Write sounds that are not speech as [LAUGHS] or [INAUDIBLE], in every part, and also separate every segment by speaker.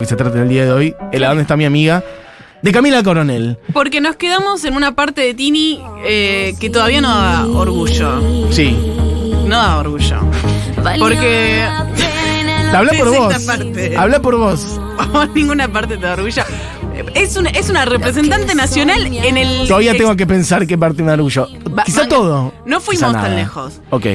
Speaker 1: que se trata el día de hoy, el a dónde está mi amiga, de Camila Coronel.
Speaker 2: Porque nos quedamos en una parte de Tini eh, que todavía no da orgullo.
Speaker 1: Sí.
Speaker 2: No da orgullo. Porque. [LAUGHS]
Speaker 1: Habla por
Speaker 2: Esta
Speaker 1: vos.
Speaker 2: parte.
Speaker 1: Habla por vos.
Speaker 2: Por ninguna parte te da orgullo. Es una, es una representante nacional en el.
Speaker 1: Todavía
Speaker 2: ex-
Speaker 1: tengo que pensar qué parte me da orgullo.
Speaker 2: Va-
Speaker 1: Quizá
Speaker 2: va-
Speaker 1: todo.
Speaker 2: No fuimos
Speaker 1: Quizá
Speaker 2: tan
Speaker 1: nada.
Speaker 2: lejos.
Speaker 1: Ok.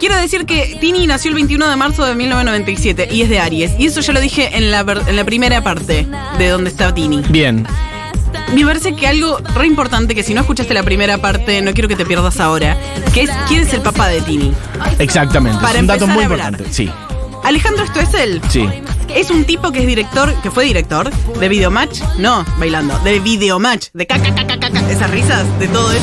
Speaker 2: Quiero decir que Tini nació el 21 de marzo de 1997 y es de Aries. Y eso ya lo dije en la, ver- en la primera parte de donde está Tini.
Speaker 1: Bien.
Speaker 2: Me parece que algo re importante que si no escuchaste la primera parte, no quiero que te pierdas ahora, que es quién es el papá de Tini.
Speaker 1: Exactamente.
Speaker 2: Para
Speaker 1: es un dato
Speaker 2: empezar
Speaker 1: muy
Speaker 2: a hablar.
Speaker 1: importante. Sí.
Speaker 2: Alejandro esto es él.
Speaker 1: Sí.
Speaker 2: Es un tipo que es director, que fue director de Videomatch, no, bailando, de Videomatch, de ca, ca, ca, ca, ca, ca, esas risas, de todo eso,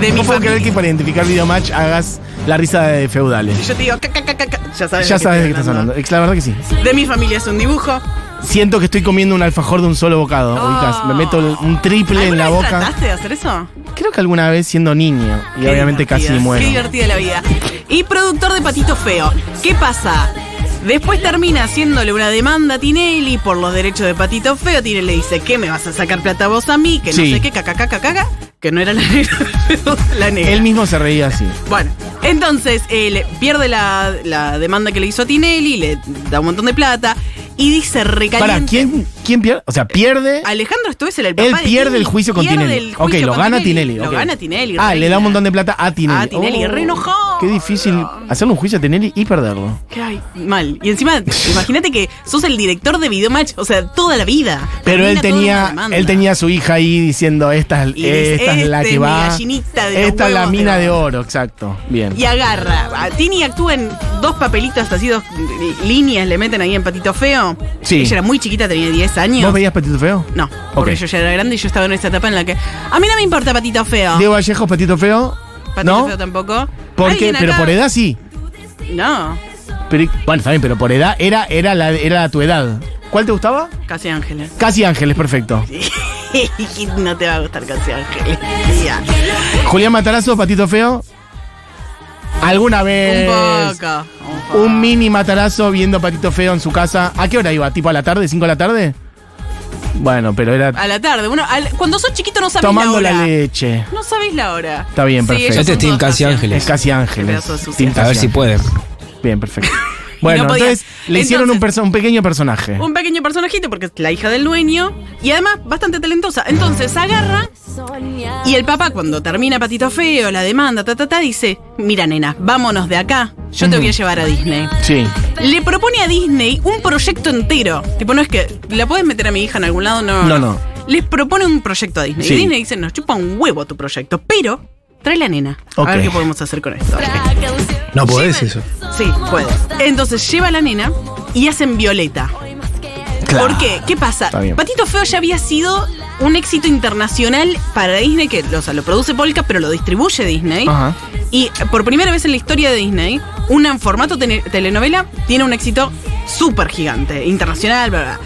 Speaker 2: de mi
Speaker 1: No puedo creer
Speaker 2: familia.
Speaker 1: que para identificar videomatch hagas la risa de
Speaker 2: Y
Speaker 1: feudales.
Speaker 2: yo te digo, ca, ca, ca, ca, ca, ya sabes
Speaker 1: Ya
Speaker 2: de
Speaker 1: sabes
Speaker 2: qué
Speaker 1: de
Speaker 2: estoy
Speaker 1: qué estás hablando. Ex- La verdad que sí.
Speaker 2: De mi familia es un dibujo.
Speaker 1: Siento que estoy comiendo un alfajor de un solo bocado.
Speaker 2: Oh.
Speaker 1: ubicás. Me meto un triple en
Speaker 2: ¿Alguna
Speaker 1: la
Speaker 2: vez
Speaker 1: boca.
Speaker 2: trataste de hacer eso?
Speaker 1: Creo que alguna vez siendo niño. Y
Speaker 2: Qué
Speaker 1: obviamente casi
Speaker 2: divertidas, Qué
Speaker 1: muero.
Speaker 2: divertida la vida. Y productor de Patito Feo. ¿Qué pasa? Después termina haciéndole una demanda a Tinelli por los derechos de Patito Feo. Tinelli le dice, ¿qué me vas a sacar plata vos a mí? Que no
Speaker 1: Sí.
Speaker 2: sé qué, caca, caca, caca, que no era la [LAUGHS] negra, pero la negra.
Speaker 1: Él mismo se reía así.
Speaker 2: Bueno, entonces eh, le- pierde la, la demanda que le hizo a Tinelli, le da un montón de plata y dice recaliente.
Speaker 1: Para, ¿quién, ¿quién pierde? O sea, pierde.
Speaker 2: Alejandro Stoessel, el papá
Speaker 1: Él
Speaker 2: de
Speaker 1: pierde
Speaker 2: Tinelli,
Speaker 1: el juicio con
Speaker 2: pierde
Speaker 1: Tinelli.
Speaker 2: el
Speaker 1: Ok,
Speaker 2: juicio
Speaker 1: lo
Speaker 2: con
Speaker 1: gana Tinelli.
Speaker 2: Lo
Speaker 1: ok.
Speaker 2: gana Tinelli.
Speaker 1: Ah, le da un
Speaker 2: reina.
Speaker 1: montón de plata a Tinelli. Oh,
Speaker 2: A Tinelli, re enojado.
Speaker 1: Qué difícil hacerle un juicio a Tinelli y perderlo.
Speaker 2: Que hay mal. Y encima, imagínate que sos el director de Videomatch, o sea, toda la vida.
Speaker 1: Pero él
Speaker 2: Termina todo en una
Speaker 1: tenía,
Speaker 2: demanda.
Speaker 1: él tenía a su hija ahí diciendo, esta, es-
Speaker 2: Y dice,
Speaker 1: esta es la
Speaker 2: "Este
Speaker 1: que
Speaker 2: mi
Speaker 1: va.
Speaker 2: gallinita de los
Speaker 1: esta es la
Speaker 2: huevos de
Speaker 1: mina
Speaker 2: oro".
Speaker 1: de oro, exacto. Bien.
Speaker 2: Y agarra. A Tini actúa en dos papelitos, así dos eh, líneas le meten ahí en Patito Feo.
Speaker 1: Sí.
Speaker 2: Ella era muy chiquita, tenía 10
Speaker 1: ¿Vos
Speaker 2: años.
Speaker 1: veías Patito Feo?
Speaker 2: No, porque
Speaker 1: Ok.
Speaker 2: yo ya era grande y yo estaba en esa etapa en la que. A mí no me importa Patito Feo.
Speaker 1: Diego Vallejo, Patito Feo.
Speaker 2: Patito
Speaker 1: ¿No?
Speaker 2: Feo tampoco.
Speaker 1: ¿Por qué?
Speaker 2: ¿Alguien
Speaker 1: Pero
Speaker 2: acá?
Speaker 1: por edad sí.
Speaker 2: No,
Speaker 1: Pero- bueno, está bien, pero por edad era, era, la, era tu edad. ¿Cuál te gustaba? [LAUGHS]
Speaker 2: Casi Ángeles.
Speaker 1: Casi Ángeles, perfecto.
Speaker 2: no te va a gustar Casi Ángeles. Ya.
Speaker 1: Julián Matarazzo, Patito Feo. ¿Alguna vez?
Speaker 2: Un poco. Un poco.
Speaker 1: Un mini matarazo viendo Patito Feo en su casa. ¿A qué hora iba? ¿Tipo a la tarde? ¿Cinco de la tarde? Bueno, pero era
Speaker 2: A la tarde. Bueno, al- cuando sos chiquito no sabés
Speaker 1: tomando
Speaker 2: la
Speaker 1: la,
Speaker 2: hora.
Speaker 1: leche.
Speaker 2: no sabés la hora.
Speaker 1: Está bien,
Speaker 2: Sí,
Speaker 1: perfecto.
Speaker 2: ellos
Speaker 1: Este
Speaker 2: son
Speaker 1: es
Speaker 3: Team
Speaker 2: todos
Speaker 3: Casi
Speaker 1: Es
Speaker 3: Ángeles.
Speaker 1: casi ángeles.
Speaker 2: Pedazo de sucia.
Speaker 1: Team Casi
Speaker 3: A ver si
Speaker 1: Ángeles.
Speaker 3: pueden.
Speaker 1: Bien,
Speaker 2: [LAUGHS]
Speaker 1: perfecto. Bueno,
Speaker 2: podía.
Speaker 1: entonces le hicieron un,
Speaker 2: Entonces-
Speaker 1: perso- un pequeño personaje.
Speaker 2: Un pequeño personajito porque es la hija del dueño y además bastante talentosa. Entonces agarra y el papá cuando termina Patito Feo, la demanda, ta, ta, ta, dice, mira nena, vámonos de acá, yo te voy a llevar a Disney. [LAUGHS]
Speaker 1: Sí.
Speaker 2: Le propone a Disney un proyecto entero. Tipo, no es que la puedes meter a mi hija en algún lado, no.
Speaker 1: No, no.
Speaker 2: Les propone un proyecto a Disney.
Speaker 1: Sí.
Speaker 2: Y Disney dice, nos chupa un huevo tu proyecto, pero trae la nena.
Speaker 1: Ok.
Speaker 2: A ver qué podemos hacer con esto.
Speaker 3: No podés eso.
Speaker 2: Sí, puede. Entonces lleva a la nena y hacen Violeta. ¿Por qué? ¿Qué pasa?
Speaker 1: Está bien.
Speaker 2: Patito Feo ya había sido un éxito internacional para Disney, que o sea, lo produce Polka, pero lo distribuye Disney.
Speaker 1: Ajá.
Speaker 2: Y eh, por primera vez en la historia de Disney, un en formato tele- telenovela tiene un éxito súper gigante, internacional, bla, bla.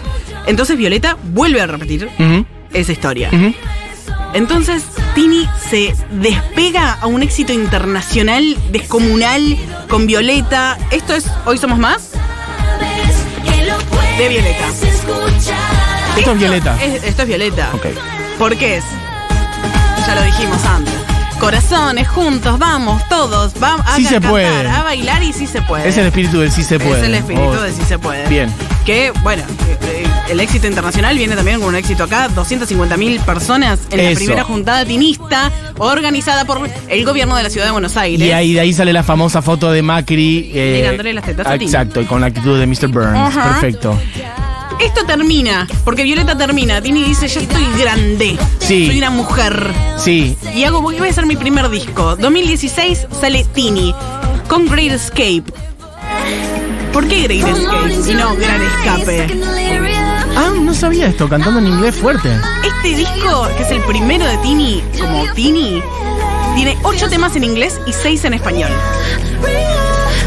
Speaker 2: Entonces Violeta vuelve a repetir
Speaker 1: Ujú,
Speaker 2: esa historia.
Speaker 1: ujú.
Speaker 2: Entonces Tini se despega a un éxito internacional, descomunal, con Violeta. Esto es Hoy Somos Más de Violeta.
Speaker 1: Esto es Violeta.
Speaker 2: Es- esto es Violeta.
Speaker 1: Ok.
Speaker 2: ¿Por qué es? Ya lo dijimos antes. Corazones, juntos, vamos, todos, vamos
Speaker 1: Sí se puede.
Speaker 2: a bailar y sí se puede.
Speaker 1: Es el espíritu del sí se
Speaker 2: Es
Speaker 1: puede.
Speaker 2: el espíritu
Speaker 1: Oh,
Speaker 2: de sí se puede.
Speaker 1: Bien.
Speaker 2: Que, bueno, eh, eh, el éxito internacional viene también con un éxito acá. 250.000 personas en la
Speaker 1: Eso.
Speaker 2: primera juntada tinista organizada por el gobierno de la ciudad de Buenos Aires.
Speaker 1: Y ahí, de ahí sale la famosa foto de Macri. eh,
Speaker 2: Mirándole las tetas a Tini.
Speaker 1: Exacto, y con la actitud de Mr. Burns.
Speaker 2: Ajá.
Speaker 1: Perfecto.
Speaker 2: Esto termina, porque Violeta termina. Tini dice, yo estoy grande.
Speaker 1: Sí.
Speaker 2: Soy una mujer.
Speaker 1: Sí,
Speaker 2: Y hago, voy a hacer mi primer disco. 2016 sale Tini con Great Escape. ¿Por qué Great Escape? Si no, Gran Escape.
Speaker 1: Ah, no sabía esto, cantando en inglés fuerte.
Speaker 2: Este disco, que es el primero de Tini, como Tini, tiene ocho temas en inglés y seis en español.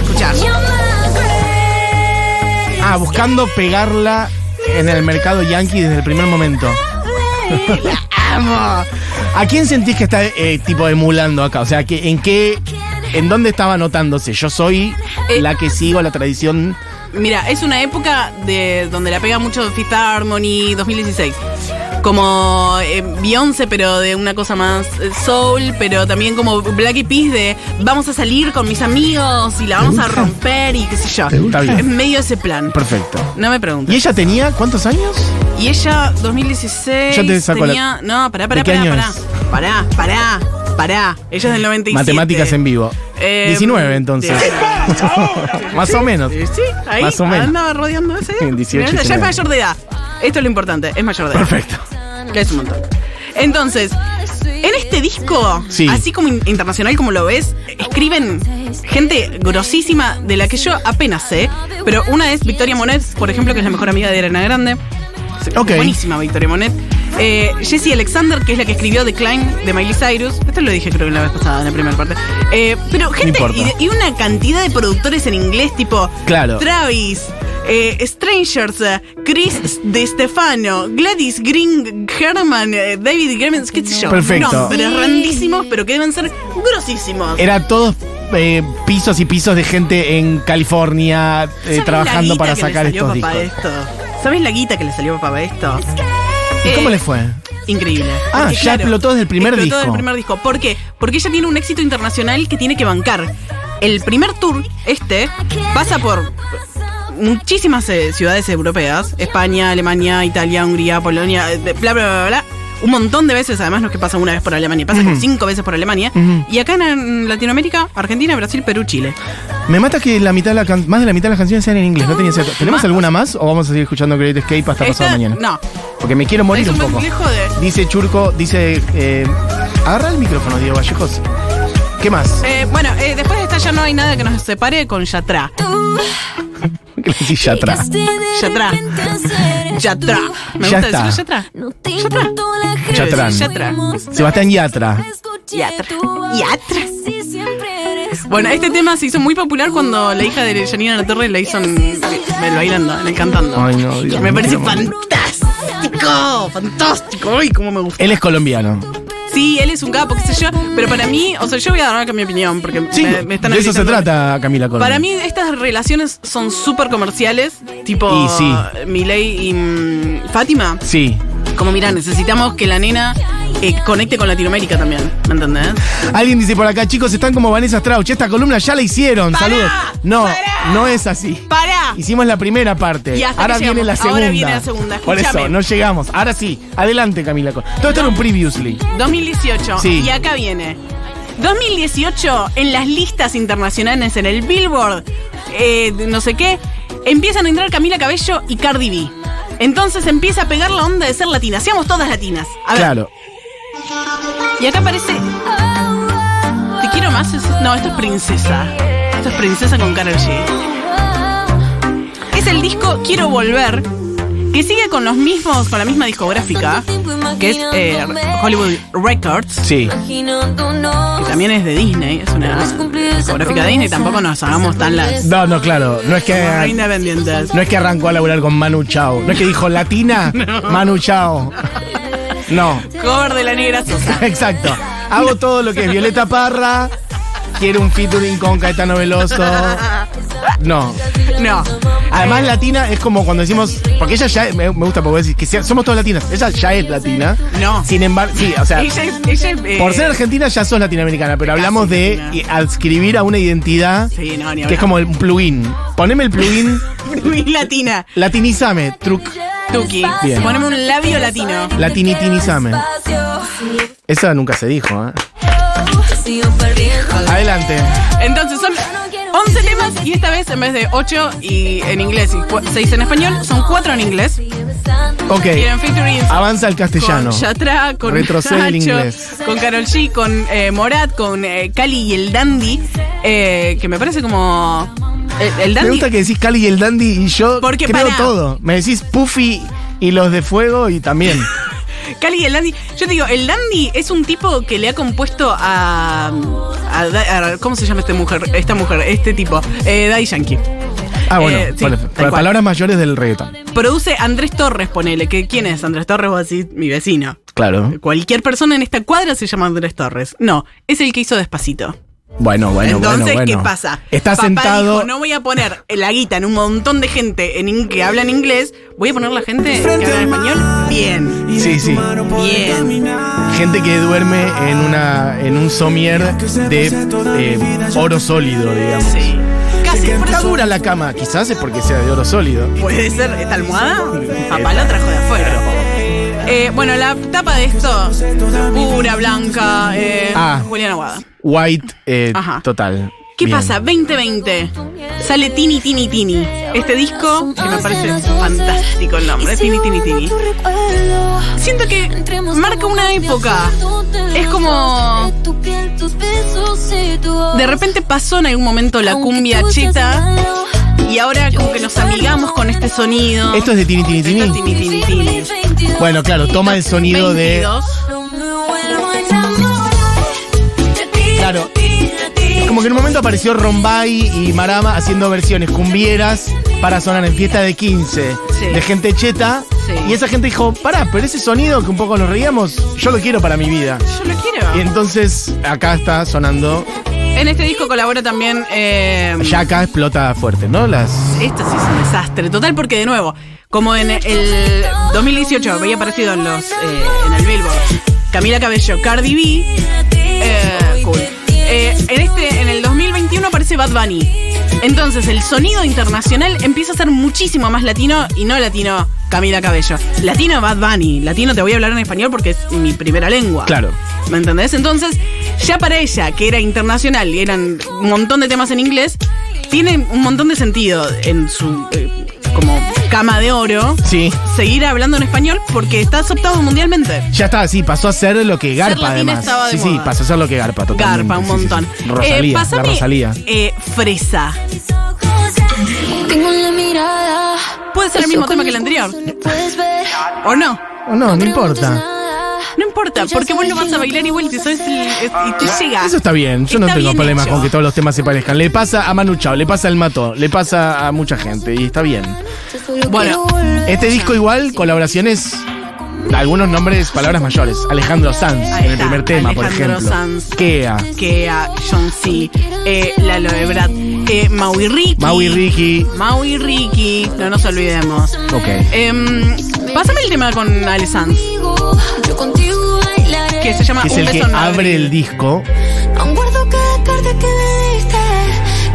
Speaker 2: Escuchar.
Speaker 1: Ah, buscando pegarla en el mercado yankee desde el primer momento. ¡Amo! ¿A quién sentís que está eh, tipo emulando acá? O sea, que, ¿en qué, en dónde estaba notándose? Yo soy
Speaker 2: Eh.
Speaker 1: la que sigo la tradición
Speaker 2: Mira, es una época de donde la pega mucho Fifth Harmony 2016. Como eh, Beyoncé, pero de una cosa más eh, soul, pero también como Black Eyed Peas de vamos a salir con mis amigos y la vamos a
Speaker 4: gusta?
Speaker 2: romper y qué sé yo.
Speaker 4: ¿Te gusta?
Speaker 1: Está
Speaker 2: Es
Speaker 1: bien.
Speaker 2: medio ese plan.
Speaker 1: Perfecto.
Speaker 2: No me preguntes.
Speaker 1: ¿Y ella tenía cuántos años?
Speaker 2: Y ella, 2016,
Speaker 1: Ya te saco la-
Speaker 2: tenía... No, pará, pará,
Speaker 1: ¿De qué
Speaker 2: pará,
Speaker 1: año
Speaker 2: pará. Pará, pará, pará. Ella es del 97.
Speaker 1: Matemáticas en vivo.
Speaker 2: Eh,
Speaker 1: 19 entonces. [LAUGHS] Más o menos.
Speaker 2: Eh, Sí, ahí
Speaker 1: Más o menos.
Speaker 2: andaba rodeando ese.
Speaker 1: [LAUGHS] En 18,
Speaker 2: Mirá, ya es
Speaker 1: 19.
Speaker 2: mayor de edad. Esto es lo importante, es mayor de edad.
Speaker 1: Perfecto.
Speaker 2: Que es un montón. Entonces, en este disco,
Speaker 1: Sí.
Speaker 2: así como in- internacional como lo ves, escriben gente grosísima de la que yo apenas sé, pero una es Victoria Monet, por ejemplo, que es la mejor amiga de Arena Grande.
Speaker 1: Ok.
Speaker 2: Buenísima Victoria Monet. Eh, Jessie Alexander, que es la que escribió Decline de Miley Cyrus. Esto lo dije creo que la vez pasada, en la primera parte. Eh, pero gente
Speaker 1: importa.
Speaker 2: y, de- y una cantidad de productores en inglés tipo
Speaker 1: Claro.
Speaker 2: Travis, eh, Strangers, eh, Chris De Stefano, Gladys Green, Herman, eh, David Gremens, qué sé yo.
Speaker 1: Perfecto.
Speaker 2: Nombres grandísimos, pero que deben ser grosísimos.
Speaker 1: Era todos eh, pisos y pisos de gente en California eh,
Speaker 2: ¿Sabés la
Speaker 1: trabajando
Speaker 2: guita
Speaker 1: para
Speaker 2: que le
Speaker 1: sacar
Speaker 2: salió
Speaker 1: estos
Speaker 2: papá
Speaker 1: discos.
Speaker 2: esto? ¿Sabes la guita que le salió papá a esto?
Speaker 1: ¿Y cómo
Speaker 2: Eh,
Speaker 1: le fue?
Speaker 2: Increíble.
Speaker 1: Ah,
Speaker 2: Porque,
Speaker 1: ya explotó desde el primer
Speaker 2: explotó
Speaker 1: disco.
Speaker 2: desde el primer disco. ¿Por qué? Porque ella tiene un éxito internacional que tiene que bancar. El primer tour, este, pasa por muchísimas eh, ciudades europeas. España, Alemania, Italia, Hungría, Polonia, eh, bla, bla, bla, bla. Un montón de veces, además no es que pasa una vez por Alemania, pasa como cinco veces por Alemania.
Speaker 1: Ujú.
Speaker 2: Y acá en, en Latinoamérica, Argentina, Brasil, Perú, Chile.
Speaker 1: Me mata que la mitad de la can- más de la mitad de las canciones sean en inglés. No tenía cierto. ¿Tenemos alguna más o vamos a seguir escuchando Great Escape hasta
Speaker 2: Esta-
Speaker 1: pasado mañana?
Speaker 2: No,
Speaker 1: Porque me quiero morir
Speaker 2: es
Speaker 1: un
Speaker 2: un
Speaker 1: poco.
Speaker 2: complejo de...
Speaker 1: Dice Churco, dice. eh, agarra el micrófono, Diego Vallejos. ¿Qué más?
Speaker 2: [LAUGHS] Eh, bueno, eh, después de esta ya no hay nada que nos separe con Yatra.
Speaker 1: Que le decís ya atrás.
Speaker 2: Yatra. Yatra. Me
Speaker 1: Ya
Speaker 2: gusta
Speaker 1: está.
Speaker 2: decirlo Yatra.
Speaker 3: Yatra.
Speaker 1: Yatrán. Sebastián Yatra.
Speaker 3: Yatra.
Speaker 2: Yatra. Bueno, este tema se hizo muy popular cuando la hija de Janina La Torre la hizo en, en el bailando, en el cantando.
Speaker 1: Ay, no, Dios
Speaker 2: me
Speaker 1: mío.
Speaker 2: parece fantástico, fantástico. Ay, cómo me gusta.
Speaker 1: Él es colombiano.
Speaker 2: Sí, él es un capo, qué sé yo. Pero para mí, o sea, yo voy a dar acá mi opinión porque
Speaker 1: Sí,
Speaker 2: me, me están
Speaker 1: de eso se
Speaker 2: habilitando-
Speaker 1: trata Camila Correa.
Speaker 2: Para mí estas relaciones son súper comerciales, tipo
Speaker 1: Y sí.
Speaker 2: Milei y mm, Fátima.
Speaker 1: Sí.
Speaker 2: Como mira, necesitamos que la nena eh, conecte con Latinoamérica también, ¿me entendés?
Speaker 1: Alguien dice por acá, chicos, están como Vanessa Strauch. Esta columna ya la hicieron.
Speaker 2: Pará,
Speaker 1: Saludos. No,
Speaker 2: pará.
Speaker 1: no es así.
Speaker 2: ¡Pará!
Speaker 1: Hicimos la primera parte.
Speaker 2: Y hasta
Speaker 1: ahora,
Speaker 2: que
Speaker 1: viene la
Speaker 2: llegamos.
Speaker 1: segunda.
Speaker 2: Ahora viene la segunda,
Speaker 1: Por eso,
Speaker 2: escúchame.
Speaker 1: no llegamos. Ahora sí. Adelante, Camila. Cor- Todo esto era un previously.
Speaker 2: 2018.
Speaker 1: Sí.
Speaker 2: Y acá viene. 2018, en las listas internacionales, en el Billboard, eh, no sé qué, empiezan a entrar Camila Cabello y Cardi B. Entonces empieza a pegar la onda de ser latina. Seamos todas latinas. A ver,
Speaker 1: Claro.
Speaker 2: Y acá aparece. ¿Te quiero más? Es- No, esto es princesa. Esto es princesa con Karol G. Es el disco Quiero Volver, que sigue con los mismos, con la misma discográfica, que es eh, Hollywood Records,
Speaker 1: Sí.
Speaker 2: que también es de Disney, es una discográfica de Disney, tampoco nos hagamos tan las
Speaker 1: No, no, claro. No es
Speaker 2: re
Speaker 1: que.
Speaker 2: independientes.
Speaker 1: No es que arrancó a laburar con Manu Chao. No es que dijo
Speaker 2: [LAUGHS]
Speaker 1: latina, Manu Chao. No.
Speaker 2: Cover de la negra Sosa.
Speaker 1: Exacto. Hago todo lo que es Violeta Parra. Quiero un featuring con Caetano Veloso. No.
Speaker 2: No.
Speaker 1: Además, latina es como cuando decimos. Porque ella ya. Me, me gusta porque vos decís que sea- somos todos latinas. Ella ya es latina.
Speaker 2: No.
Speaker 1: Sin embargo. Sí, o sea.
Speaker 2: Ella, es- ella es, eh,
Speaker 1: Por ser argentina ya sos latinoamericana, pero hablamos de
Speaker 2: argentina.
Speaker 1: i- adscribir a una identidad
Speaker 2: Sí, no, ni
Speaker 1: que es
Speaker 2: hablar.
Speaker 1: como el plugin. Poneme el plugin,
Speaker 2: [LAUGHS] muy latina.
Speaker 1: latinizame, truc,
Speaker 2: Tuki.
Speaker 1: Bien.
Speaker 2: Poneme un labio latino.
Speaker 1: latinitinizame. Esa nunca se dijo, ¿eh? Adelante.
Speaker 2: Entonces son 11 temas y esta vez en vez de 8 y en inglés y 6 en español, son 4 en inglés.
Speaker 1: Ok,
Speaker 2: Tienen featuring
Speaker 1: avanza al castellano.
Speaker 2: con Yatra, con
Speaker 1: Retrocede el
Speaker 2: Nacho,
Speaker 1: inglés.
Speaker 2: con Carol G, con eh, Morat, con eh, Cali y el Dandy, eh, que me parece como... eh, El, el
Speaker 1: Me
Speaker 2: Dandy...
Speaker 1: gusta que decís Cali y el Dandy y yo
Speaker 2: Porque
Speaker 1: creo
Speaker 2: pará.
Speaker 1: todo. Me decís Puffy y los de fuego y también.
Speaker 2: Cali y el Dandy... Yo te digo, el Dandy es un tipo que le ha compuesto a... a Da- a- ¿Cómo se llama esta mujer? Esta mujer, este tipo. Eh, Daddy Yankee.
Speaker 1: Ah, bueno,
Speaker 2: [LAUGHS] Eh, sí,
Speaker 1: por-
Speaker 2: tal
Speaker 1: por
Speaker 2: cual.
Speaker 1: palabras mayores del reggaetón.
Speaker 2: Produce Andrés Torres, ponele. Que, ¿Quién es Andrés Torres? Vos decís, mi vecino.
Speaker 1: Claro.
Speaker 2: Cualquier persona en esta cuadra se llama Andrés Torres. No, es el que hizo Despacito.
Speaker 1: Bueno, Ah, bueno,
Speaker 2: Entonces,
Speaker 1: bueno, bueno.
Speaker 2: ¿qué pasa?
Speaker 1: Está
Speaker 2: Papá
Speaker 1: sentado.
Speaker 2: dijo, no voy a poner la guita en un montón de gente en in- que habla en inglés. Voy a poner la gente que habla en español bien.
Speaker 1: Sí, sí.
Speaker 2: Bien.
Speaker 1: Gente que duerme en una en un somier de eh, oro sólido, digamos.
Speaker 2: Sí. Casi. por
Speaker 1: Está
Speaker 2: eso-
Speaker 1: dura la cama, quizás es porque sea de oro sólido.
Speaker 2: Puede ser esta almohada. Papá la trajo de afuera. Eh, bueno, la tapa de esto, pura, blanca, eh,
Speaker 1: Ah.
Speaker 2: Julián Aguada.
Speaker 1: White eh,
Speaker 2: Ajá.
Speaker 1: total.
Speaker 2: ¿Qué
Speaker 1: Bien.
Speaker 2: pasa? 2020. Sale Tini Tini Tini. Este disco que me parece fantástico el nombre. Tini Tini Tini. Siento que marca una época. Es como- De repente pasó en algún momento la cumbia cheta y ahora como que nos amigamos con este sonido.
Speaker 1: Esto es de Tini Tini
Speaker 2: Esto es
Speaker 1: Tini.
Speaker 2: Tini Tini Tini.
Speaker 1: Bueno, claro, toma el sonido de.
Speaker 2: 22.
Speaker 1: Claro. Como que en un momento apareció Rombay y Marama haciendo versiones cumbieras para sonar en fiesta de 15
Speaker 2: Sí.
Speaker 1: de gente cheta.
Speaker 2: Sí.
Speaker 1: Y esa gente dijo, pará, pero ese sonido que un poco nos reíamos, yo lo quiero para mi vida.
Speaker 2: Yo lo quiero.
Speaker 1: Y entonces acá está sonando.
Speaker 2: En este disco colabora también. Eh,
Speaker 1: Ya acá explota fuerte, ¿no? Las.
Speaker 2: Esto sí es un desastre. Total, porque de nuevo, como en el 2018 había aparecido en, los, eh, en el Billboard Camila Cabello, Cardi B. eh, cool. Eh, en, este, en el 2021 aparece Bad Bunny. Entonces el sonido internacional empieza a ser muchísimo más latino y no latino Camila Cabello. Latino Bad Bunny. Latino te voy a hablar en español porque es mi primera lengua.
Speaker 1: Claro.
Speaker 2: ¿Me entendés? Entonces, ya para ella, que era internacional y eran un montón de temas en inglés, tiene un montón de sentido en su eh, como cama de oro
Speaker 1: Sí.
Speaker 2: seguir hablando en español porque está aceptado mundialmente.
Speaker 1: Ya está, sí, pasó a ser lo que garpa
Speaker 2: latina
Speaker 1: además.
Speaker 2: estaba de
Speaker 1: sí, sí,
Speaker 2: moda.
Speaker 1: pasó a ser lo que garpa totalmente.
Speaker 2: Garpa un
Speaker 1: sí, sí, sí.
Speaker 2: montón.
Speaker 1: Rosalía,
Speaker 2: Eh, pásame,
Speaker 1: la Rosalía.
Speaker 2: eh, fresa.
Speaker 3: Tengo la mirada.
Speaker 2: Puede ser el mismo tema que el anterior. ¿O no?
Speaker 1: Oh, no, no importa.
Speaker 2: No importa, porque vos no vas a bailar igual y te sos el- es- y tú llegas.
Speaker 1: Ah, Eso está bien, yo no
Speaker 2: Está
Speaker 1: tengo
Speaker 2: bien
Speaker 1: problemas
Speaker 2: hecho.
Speaker 1: con que todos los temas se parezcan. Le pasa a Manu Chao, le pasa al Mato, le pasa a mucha gente y está bien.
Speaker 2: Bueno,
Speaker 1: Este disco igual, colaboraciones, algunos nombres, palabras mayores. Alejandro Sanz en
Speaker 2: Ahí
Speaker 1: el
Speaker 2: está,
Speaker 1: primer tema, por
Speaker 2: Alejandro
Speaker 1: ejemplo.
Speaker 2: Sanz.
Speaker 1: Kea,
Speaker 2: que a John C, eh, Lalo Ebrat, eh, Mau y Ricky.
Speaker 1: Maui Ricky.
Speaker 2: Mau y Ricky, no nos olvidemos.
Speaker 1: Ok.
Speaker 2: Em, pásame el tema con Ale Sanz,
Speaker 3: Yo contigo bailaré.
Speaker 2: que se llama
Speaker 1: Que es
Speaker 2: Un
Speaker 1: el que
Speaker 2: beso en
Speaker 1: abre
Speaker 2: Madrid.
Speaker 1: el disco.
Speaker 3: Aún guardo cada carta que me diste.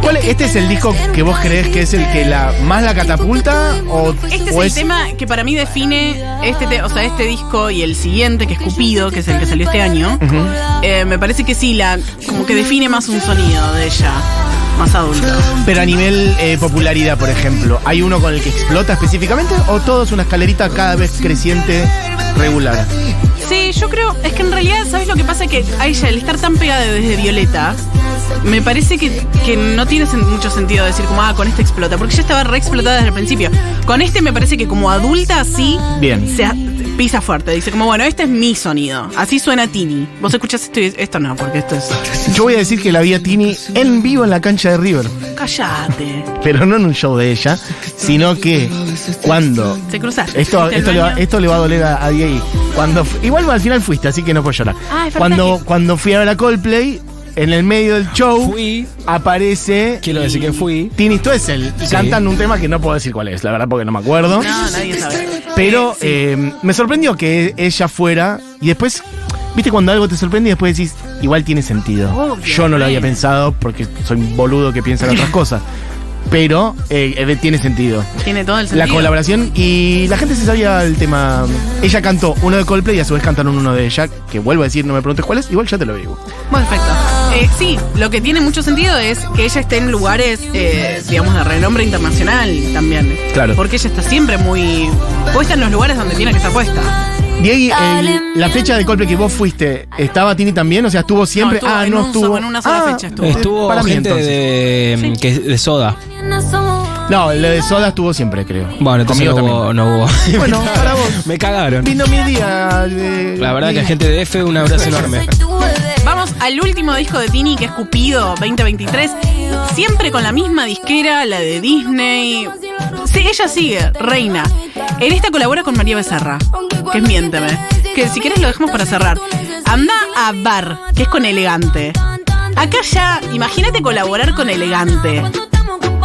Speaker 1: ¿Cuál es- ¿Este es el disco que vos crees que es el que la más la catapulta? ¿O,
Speaker 2: Este es
Speaker 1: o
Speaker 2: el tema que para mí define este, te- o sea, este disco y el siguiente, que es Cupido, que es el que salió este año.
Speaker 1: Ujú.
Speaker 2: Eh, me parece que sí, la, como que define más un sonido de ella, más adulto.
Speaker 1: Pero a nivel eh, popularidad, por ejemplo, ¿hay uno con el que explota específicamente o todo es una escalerita cada vez creciente regular?
Speaker 2: Sí, yo creo, es que en realidad, ¿sabes lo que pasa? Que a ella, el estar tan pegada desde Violeta, me parece que, que no tiene sen- mucho sentido decir como, ah, con este explota, porque ella estaba re explotada desde el principio. Con este me parece que como adulta sí
Speaker 1: Bien.
Speaker 2: se a- pisa fuerte, dice como, bueno, este es mi sonido, así suena Tini. Vos escuchás esto y esto no, porque esto es...
Speaker 1: Yo voy a decir que la vi a Tini en vivo en la cancha de River,
Speaker 2: Cállate,
Speaker 1: pero no en un show de ella, sino que cuando...
Speaker 2: se cruzaste.
Speaker 1: Esto,
Speaker 2: ¿Fuiste al
Speaker 1: esto, le va,
Speaker 2: baño?
Speaker 1: esto le va a doler a, a Diego. Cuando, fu- igual al final fuiste, así que no puedo llorar.
Speaker 2: Ah, es verdad
Speaker 1: Cuando, cuando fui a ver a Coldplay, en el medio del show,
Speaker 4: Fui,
Speaker 1: aparece...
Speaker 4: quiero decir que fui.
Speaker 1: Tini Stoessel y
Speaker 4: Sí.
Speaker 1: cantan un tema que no puedo decir cuál es, la verdad, porque no me acuerdo.
Speaker 2: No, nadie sabe.
Speaker 1: Pero eh, me sorprendió que ella fuera y después, viste, cuando algo te sorprende y después decís, igual tiene sentido.
Speaker 2: Obvio,
Speaker 1: Yo no lo había
Speaker 2: re.
Speaker 1: pensado porque soy un boludo que piensa en
Speaker 2: [LAUGHS]
Speaker 1: otras cosas. Pero eh, eh, tiene sentido.
Speaker 2: Tiene todo el
Speaker 1: La
Speaker 2: sentido.
Speaker 1: colaboración y la gente se sabía el tema. Ella cantó uno de Coldplay y a su vez cantaron uno de ella, que vuelvo a decir, no me preguntes cuál es, igual ya te lo digo.
Speaker 2: Perfecto. Eh, sí, lo que tiene mucho sentido es que ella esté en lugares, eh, digamos, de renombre internacional también.
Speaker 1: Claro.
Speaker 2: Porque ella está siempre muy puesta en los lugares donde tiene que estar puesta.
Speaker 1: Diego, el- la fecha de Coldplay que vos fuiste, ¿estaba Tini también? O sea, estuvo siempre.
Speaker 2: estuvo
Speaker 1: ah,
Speaker 2: en
Speaker 1: no
Speaker 2: un
Speaker 1: estuvo.
Speaker 2: solo- en una sola
Speaker 1: Ah,
Speaker 2: fecha estuvo.
Speaker 4: Estuvo
Speaker 1: para mí,
Speaker 4: gente
Speaker 1: entonces.
Speaker 4: de, mm, que es de soda.
Speaker 1: No, el de Soda estuvo siempre, creo.
Speaker 4: Bueno, entonces
Speaker 1: Conmigo
Speaker 4: no
Speaker 1: también.
Speaker 4: hubo, [LAUGHS] no hubo.
Speaker 1: [LAUGHS] Bueno, para vos.
Speaker 4: Me cagaron.
Speaker 1: Lindo mi día. eh,
Speaker 4: La verdad que
Speaker 1: Tini.
Speaker 4: gente de F, un abrazo enorme.
Speaker 2: Vamos al último disco de Tini, que es Cupido 2023. Siempre con la misma disquera, la de Disney. Sí, ella sigue, reina. En esta colabora con María Becerra, que es Miénteme. Que si quieres lo dejamos para cerrar. Anda a Bar, que es con Elegante. Acá ya, imagínate colaborar con Elegante.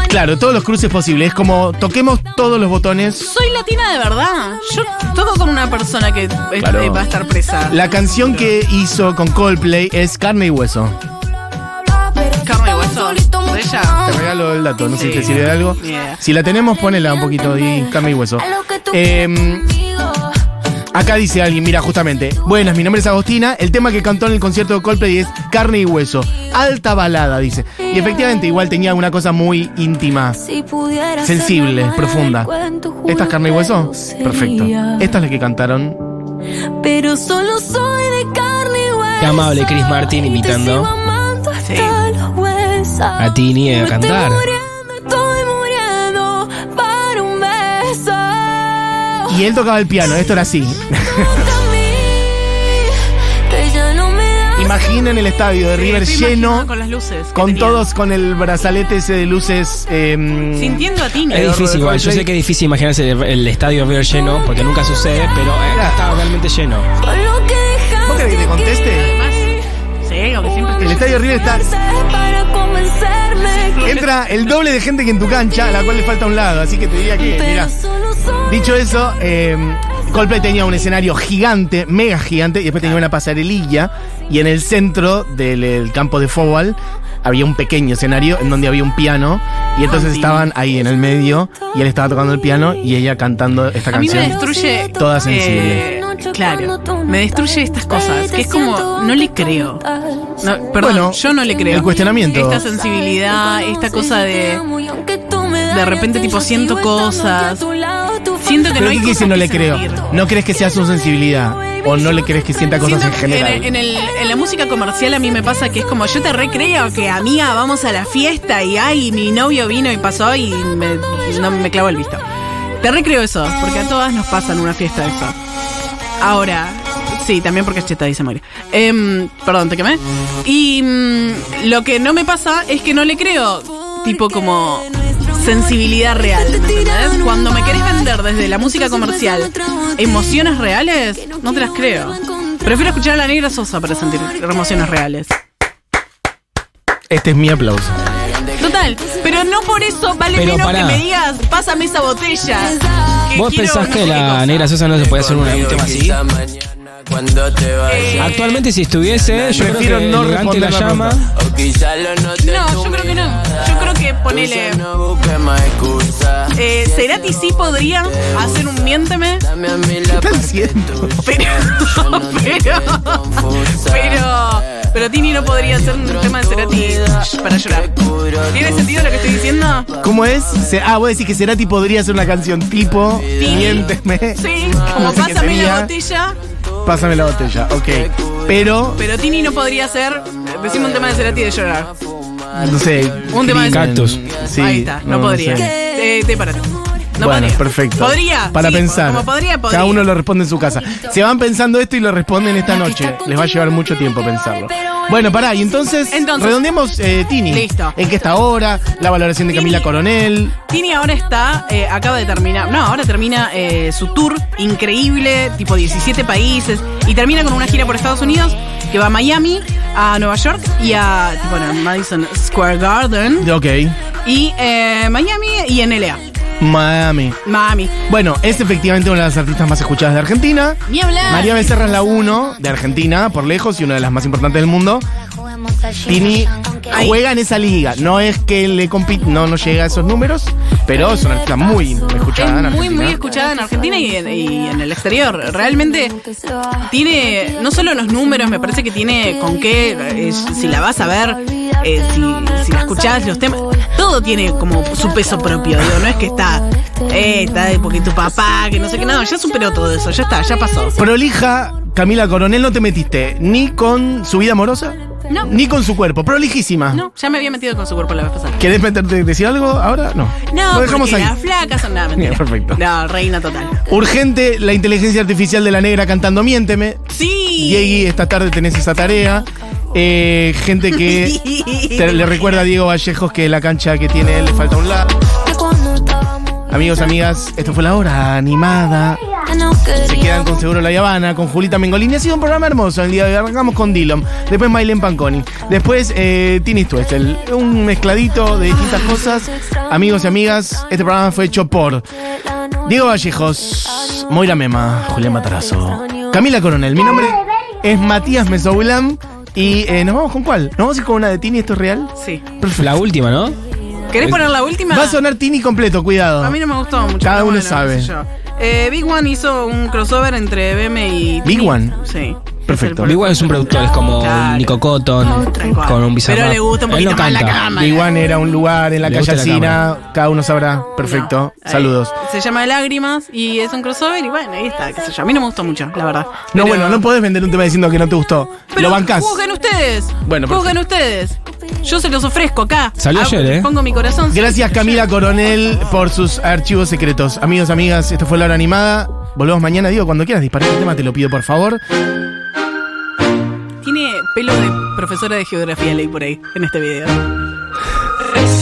Speaker 1: Claro, todos los cruces posibles. Es como toquemos todos los botones.
Speaker 2: Soy latina de verdad. Yo toco con una persona que este,
Speaker 1: Claro.
Speaker 2: va a estar presa.
Speaker 1: La canción que hizo con Coldplay es Carne y Hueso.
Speaker 2: Carne y hueso. De ella.
Speaker 1: Te regalo el dato, no sé si
Speaker 2: Sí.
Speaker 1: te sirve de algo.
Speaker 2: Yeah.
Speaker 1: Si la tenemos, ponela un poquito y carne y hueso. Eh, acá dice alguien, mira, justamente. Buenas, mi nombre es Agostina. El tema que cantó en el concierto de Coldplay es Carne y Hueso. Alta balada, dice. Y efectivamente, igual tenía una cosa muy íntima. Sensible,
Speaker 3: sensible,
Speaker 1: profunda.
Speaker 3: profunda.
Speaker 1: ¿Esta es carne y hueso? Perfecto. Esta es la que cantaron.
Speaker 3: Pero solo soy de carne y hueso.
Speaker 4: Qué amable Chris Martin imitando.
Speaker 3: Y te sigo amando hasta
Speaker 2: Sí.
Speaker 3: los huesos.
Speaker 4: A Tini a
Speaker 3: Me estoy
Speaker 4: cantar.
Speaker 3: muriendo, estoy muriendo para un beso.
Speaker 1: Y él tocaba el piano, esto era así.
Speaker 3: Junto a mí, que ya no me das
Speaker 1: Imaginen el estadio de River
Speaker 2: Estoy
Speaker 1: lleno,
Speaker 2: imaginando Con las luces. que
Speaker 1: con
Speaker 2: tenía.
Speaker 1: todos con el brazalete ese de luces. em,
Speaker 2: Sintiendo a Tini.
Speaker 4: Es difícil igual, yo sé que es difícil imaginarse el, el estadio River lleno, porque nunca sucede, pero eh, estaba realmente lleno.
Speaker 3: por lo que
Speaker 1: ¿Vos querés que te
Speaker 3: dejaste
Speaker 1: conteste?
Speaker 2: Además, sí, aunque siempre
Speaker 1: El
Speaker 2: estoy-
Speaker 1: estadio River está.
Speaker 3: aquí, para convencerme que-
Speaker 1: Entra el doble de gente que en tu cancha, a la cual le falta un lado. Así que te diría que,
Speaker 3: Pero
Speaker 1: mira.
Speaker 3: solo soy
Speaker 1: Dicho eso, eh, Coldplay tenía un escenario gigante, mega gigante, y después tenía una pasarelilla. Y en el centro del el campo de fútbol había un pequeño escenario en donde había un piano. Y entonces estaban ahí en el medio, y él estaba tocando el piano y ella cantando esta
Speaker 2: A mí me
Speaker 1: canción.
Speaker 2: destruye.
Speaker 1: Toda sensible.
Speaker 2: eh, claro. Me destruye estas cosas. Que es como, no le creo. No, perdón,
Speaker 1: Bueno,
Speaker 2: yo no le creo.
Speaker 1: el cuestionamiento.
Speaker 2: Esta sensibilidad, esta cosa de.
Speaker 3: De
Speaker 2: de repente, tipo, siento cosas. Siento que
Speaker 1: Pero
Speaker 2: no hay
Speaker 1: ¿qué dice
Speaker 2: cosas
Speaker 1: no le
Speaker 2: que
Speaker 1: creo?
Speaker 2: sentir.
Speaker 1: ¿No crees que sea su sensibilidad? ¿O no le crees que sienta cosas en
Speaker 2: Siento que en,
Speaker 1: general?
Speaker 2: en el- en la música comercial a mí me pasa que es como yo te recreo que amiga vamos a la fiesta y ay mi novio vino y pasó y me, no, me clavó el visto. Te recreo eso, porque a todas nos pasan una fiesta de esto. Ahora, sí, también porque es cheta y se muere. Em, perdón, te quemé. Y mm, lo que no me pasa es que no le creo, tipo como sensibilidad real, ¿me entendés? Cuando me querés vender desde la música comercial emociones reales, no te las creo. Prefiero escuchar a la negra Sosa para sentir emociones reales.
Speaker 1: Este es mi aplauso.
Speaker 2: Total, pero no por eso vale
Speaker 4: Pero
Speaker 2: menos
Speaker 4: pará.
Speaker 2: que me digas, pásame esa botella. que
Speaker 4: ¿Vos
Speaker 2: quiero
Speaker 4: pensás
Speaker 2: no
Speaker 4: que
Speaker 2: sé qué
Speaker 4: la
Speaker 2: cosa".
Speaker 4: negra Sosa no se puede hacer una, un
Speaker 5: Conmigo
Speaker 4: tema así? Eh.
Speaker 5: quizá mañana Cuando te vayas,
Speaker 4: Actualmente si estuviese, yo
Speaker 1: Prefiero
Speaker 4: creo que
Speaker 1: no
Speaker 4: Elegante
Speaker 1: responder
Speaker 4: la
Speaker 1: la
Speaker 4: llama.
Speaker 1: pregunta.
Speaker 5: o quizá lo notes
Speaker 2: No,
Speaker 5: tú
Speaker 2: yo creo que no.
Speaker 5: misma.
Speaker 2: Yo creo que
Speaker 5: Tú
Speaker 2: ponele.
Speaker 5: ya no busques más excusas.
Speaker 2: Eh, Cerati sí podría hacer un miénteme,
Speaker 5: Dame a mí la
Speaker 1: ¿Qué están
Speaker 5: parte
Speaker 1: haciendo?
Speaker 2: pero. Pero.
Speaker 5: confusa.
Speaker 2: Pero. Pero Tini no podría hacer un tema de Cerati para llorar. ¿Tiene sentido lo que estoy diciendo?
Speaker 1: ¿Cómo es? Se- ah, vos decís que Cerati podría hacer una canción tipo
Speaker 2: Sí.
Speaker 1: Miénteme.
Speaker 2: Sí,
Speaker 1: No
Speaker 2: como
Speaker 1: sé qué
Speaker 2: pásame
Speaker 1: sería.
Speaker 2: la botella,
Speaker 1: Pásame la botella, ok. Pero,
Speaker 2: pero Tini no podría hacer. Decime un tema de Cerati de llorar.
Speaker 1: no sé.
Speaker 2: Un tema de-
Speaker 4: Cactus.
Speaker 1: Sí,
Speaker 2: Ahí está, no, podría.
Speaker 1: sé.
Speaker 2: Eh, te parate. No
Speaker 1: bueno,
Speaker 2: podría.
Speaker 1: perfecto.
Speaker 2: Podría.
Speaker 1: Para
Speaker 2: sí,
Speaker 1: pensar.
Speaker 2: Como podría, podría.
Speaker 1: Cada uno lo responde en su casa. Se van pensando esto y lo responden esta noche. Les va a llevar mucho tiempo pensarlo. Bueno, pará, y entonces,
Speaker 2: Entonces.
Speaker 1: redondemos eh, Tini.
Speaker 2: Listo.
Speaker 1: ¿En qué está ahora? La valoración de
Speaker 2: Tini.
Speaker 1: Camila Coronel.
Speaker 2: Tini ahora está, eh, acaba de terminar, no, ahora termina eh, su tour increíble, tipo 17 países, y termina con una gira por Estados Unidos que va a Miami, a Nueva York y a, bueno, Madison Square Garden,
Speaker 1: Ok,
Speaker 2: y eh, Miami y en LA,
Speaker 1: Miami.
Speaker 2: Miami.
Speaker 1: Bueno, es efectivamente una de las artistas más escuchadas de Argentina.
Speaker 2: Ni hablar.
Speaker 1: María Becerra es la 1 de Argentina, por lejos, y una de las más importantes del mundo. Tini
Speaker 2: Ahí.
Speaker 1: juega en esa liga. No es que le compite, no, no llega a esos números, pero es una artista muy escuchada en
Speaker 2: es muy,
Speaker 1: Argentina.
Speaker 2: muy escuchada en Argentina y en, y en el exterior. Realmente tiene, no solo los números, me parece que tiene con qué, eh, si la vas a ver, eh, si, si la escuchás, los temas, todo tiene como su peso propio. Digo, no es que está, eh, está de porque tu papá, que no sé qué, no, ya superó todo eso, ya está, ya pasó.
Speaker 1: Prolija, Camila Coronel, no te metiste ni con su vida amorosa,
Speaker 2: No.
Speaker 1: ni con su cuerpo. Prolijísima.
Speaker 2: No, ya me había metido con su cuerpo la vez pasada.
Speaker 1: ¿Querés meterte, decir algo ahora? No.
Speaker 2: No,
Speaker 1: Lo dejamos
Speaker 2: porque
Speaker 1: ahí.
Speaker 2: las flacas son nada, mentira.
Speaker 1: Bien, perfecto.
Speaker 2: No, reina total.
Speaker 1: Urgente, la inteligencia artificial de la negra cantando Miénteme.
Speaker 2: Sí.
Speaker 1: Diegui, esta tarde tenés esa tarea. Eh, gente
Speaker 2: [LAUGHS]
Speaker 1: que te- le recuerda a Diego Vallejos que la cancha que tiene él le falta un lado.
Speaker 3: que cuando estábamos
Speaker 1: Amigos, amigas, esto fue la hora animada
Speaker 3: no quería.
Speaker 1: Se quedan con Seguro La Habana, con Julita Mengolini. Ha sido un programa hermoso el día de hoy. Arrancamos con Dylan, después Mailen Panconi, después eh, Tini Twistel. Un mezcladito de distintas cosas. Amigos y amigas, este programa fue hecho por Diego Vallejos, Moira Mema, Julián Matarazo, Camila Coronel. Mi nombre es Matías Mesobulam. Y eh, nos vamos con cuál? ¿Nos vamos a ir con una de Tini? ¿Esto es real?
Speaker 2: Sí.
Speaker 4: La última, ¿no?
Speaker 2: ¿Querés poner la última?
Speaker 1: Va a sonar Tini completo, cuidado.
Speaker 2: A mí no me gustó mucho.
Speaker 1: Cada
Speaker 2: pero
Speaker 1: uno
Speaker 2: bueno,
Speaker 1: sabe.
Speaker 2: qué sé yo. Eh, Big One hizo un crossover entre BM y.
Speaker 1: Big
Speaker 2: Tini.
Speaker 1: One.
Speaker 2: Sí.
Speaker 1: Perfecto.
Speaker 2: Es el
Speaker 1: Big
Speaker 4: Big One es un productor, es como
Speaker 2: Claro.
Speaker 4: Nico Cotton,
Speaker 2: Tal cual.
Speaker 4: con un bizarro.
Speaker 2: Pero le gusta un poquito más la cámara.
Speaker 1: Big One era un lugar en la
Speaker 4: Le
Speaker 1: calle
Speaker 4: gusta la
Speaker 1: Alcina, cada uno sabrá. Perfecto.
Speaker 2: No, ahí.
Speaker 1: Saludos.
Speaker 2: Eh, Se llama Lágrimas y es un crossover y bueno, ahí está, qué sé yo. A mí no me gustó mucho, la verdad.
Speaker 1: No,
Speaker 2: Pero-
Speaker 1: bueno, no podés vender un tema diciendo que no te gustó.
Speaker 2: Pero
Speaker 1: Lo bancás.
Speaker 2: Juzguen ustedes.
Speaker 1: Bueno,
Speaker 2: Juzguen ustedes. Yo se los ofrezco acá.
Speaker 4: Salió
Speaker 2: Ah,
Speaker 4: ayer, ¿eh?
Speaker 2: Pongo mi corazón.
Speaker 1: Gracias Camila Coronel por sus archivos secretos. Amigos, amigas, esto fue La Hora Animada. Volvemos mañana, digo, cuando quieras disparar el tema, te lo pido por favor.
Speaker 2: Tiene pelo de profesora de geografía ley por ahí, en este video.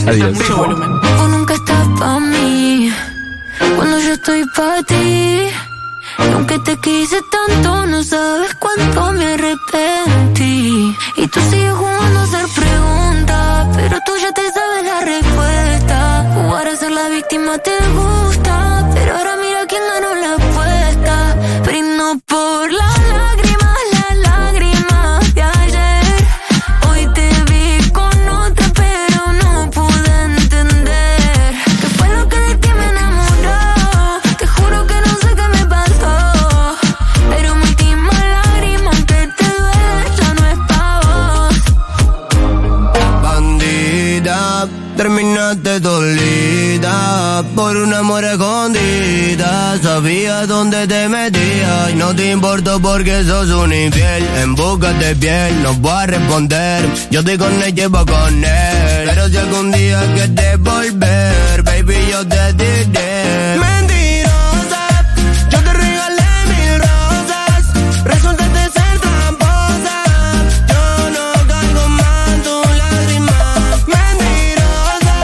Speaker 2: Adiós. Mucho volumen.
Speaker 3: Tú nunca estás pa' mí cuando yo estoy pa' ti. Y aunque te quise tanto, no sabes cuánto me arrepentí. Y tú sigues jugando a hacer preguntas, pero tú ya te sabes la respuesta. Jugar a ser la víctima te gusta, pero ahora mira quién ganó la apuesta. Brindo por las lágrimas, las lágrimas de ayer. Hoy te vi con otra, pero no pude entender que fue lo que de ti me enamoró. Te juro que no sé qué me pasó, pero mi última lágrima, aunque te duele, ya no es pa' vos.
Speaker 5: Bandida, terminaste dolida por un amor escondida. Sabía dónde te metías y no te importó porque sos un infiel. En busca de piel, no voy a responder. Yo estoy con él, llevo con él. Pero si algún día quieres volver, baby, yo te diré.